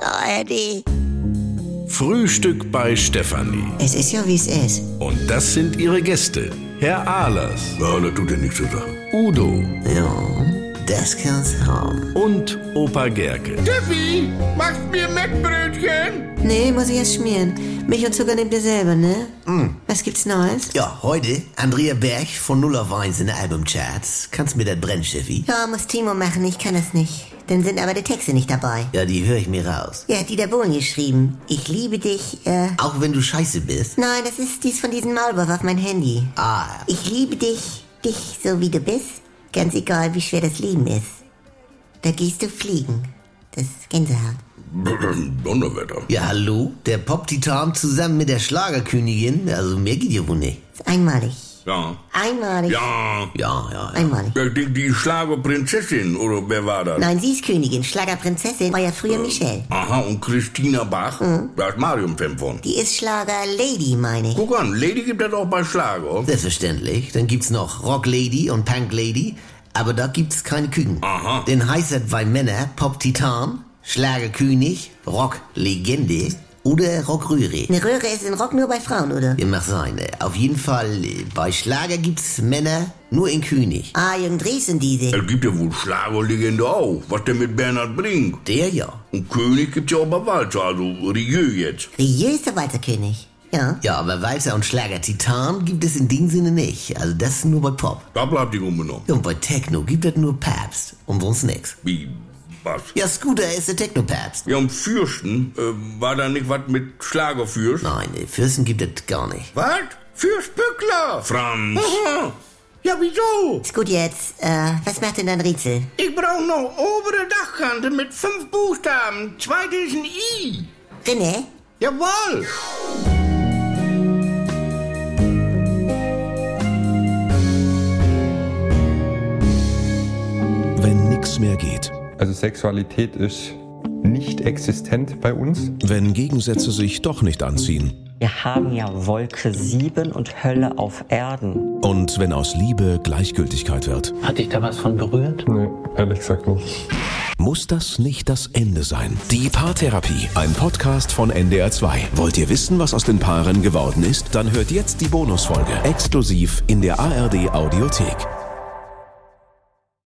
ARD. Frühstück bei Stefanie. Es ist ja, wie es ist. Und das sind ihre Gäste. Herr Ahlers. Ja, das tut ja nichts zu sagen. Udo Ja, das kann's haben. und Opa Gerke. Steffi, machst mir Mettbrötchen? Nee, muss ich erst schmieren. Milch und Zucker nehmt ihr selber, ne? Was gibt's Neues? Ja, heute Andrea Berg von Nuller Weins in der Albumcharts. Kannst mir das brennen, Steffi? Ja, muss Timo machen, ich kann das nicht. Dann sind aber die Texte nicht dabei. Ja, die höre ich mir raus. Ja, hat Dieter Bohlen geschrieben. Ich liebe dich, äh... Auch wenn du scheiße bist. Nein, das ist dies von diesem Maulwurf auf mein Handy. Ah, Ich liebe dich, dich so wie du bist, ganz egal wie schwer das Leben ist. Da gehst du fliegen. Das ist Gänsehaut. Donnerwetter. ja, hallo? Der Pop-Titan zusammen mit der Schlagerkönigin? Also, mehr geht ja wohl nicht. Das ist einmalig. Ja. Einmalig. Ja. Ja, ja, ja. Einmalig. ja die, die Schlagerprinzessin, oder wer war das? Nein, sie ist Königin, Schlagerprinzessin, war ja früher Michelle. Aha, und Christina Bach? Da ist Marium-Fan von. Die ist Schlager-Lady, meine ich. Guck an, Lady gibt das auch bei Schlager. Selbstverständlich. Dann gibt's noch Rock Lady und Punk Lady. Aber da gibt's keine Küken. Aha. Denn heißt das bei Männer Pop-Titan, Schlagerkönig, Rock-Legende oder Rockröhre. Eine Röhre ist in Rock nur bei Frauen, oder? Ja, mag sein. Auf jeden Fall, äh, bei Schlager gibt's Männer nur in König. Ah, Jürgen Dries und diese. Es gibt ja wohl Schlagerlegende auch, was der mit Bernhard Brink. Der ja. Und König gibt's ja auch bei Walzer, also Rieu jetzt. Rieu ist der Walzerkönig. Ja. Ja, aber Walzer und Schlager Titan gibt es in dem Sinne nicht. Also das nur bei Pop. Da bleibt die unbenommen. Ja, Und bei Techno gibt es nur Papst und sonst nix. Wie, was? Ja, Scooter ist der Techno-Papst. Ja, und Fürsten, äh, war da nicht was mit Schlagerfürst? Nein, äh, Fürsten gibt es gar nicht. Was? Fürst Bückler? Franz. Aha. Ja, wieso? Ist gut jetzt. Äh, was macht denn dein Rätsel? Ich brauche noch obere Dachkante mit fünf Buchstaben. Zwei ist ein I. Rinne? Jawohl. Wenn nix mehr geht. Also Sexualität ist nicht existent bei uns. Wenn Gegensätze sich doch nicht anziehen. Wir haben ja Wolke 7 und Hölle auf Erden. Und wenn aus Liebe Gleichgültigkeit wird. Hat dich da was von berührt? Nee, ehrlich gesagt nicht. Muss das nicht das Ende sein? Die Paartherapie, ein Podcast von NDR2. Wollt ihr wissen, was aus den Paaren geworden ist? Dann hört jetzt die Bonusfolge exklusiv in der ARD Audiothek.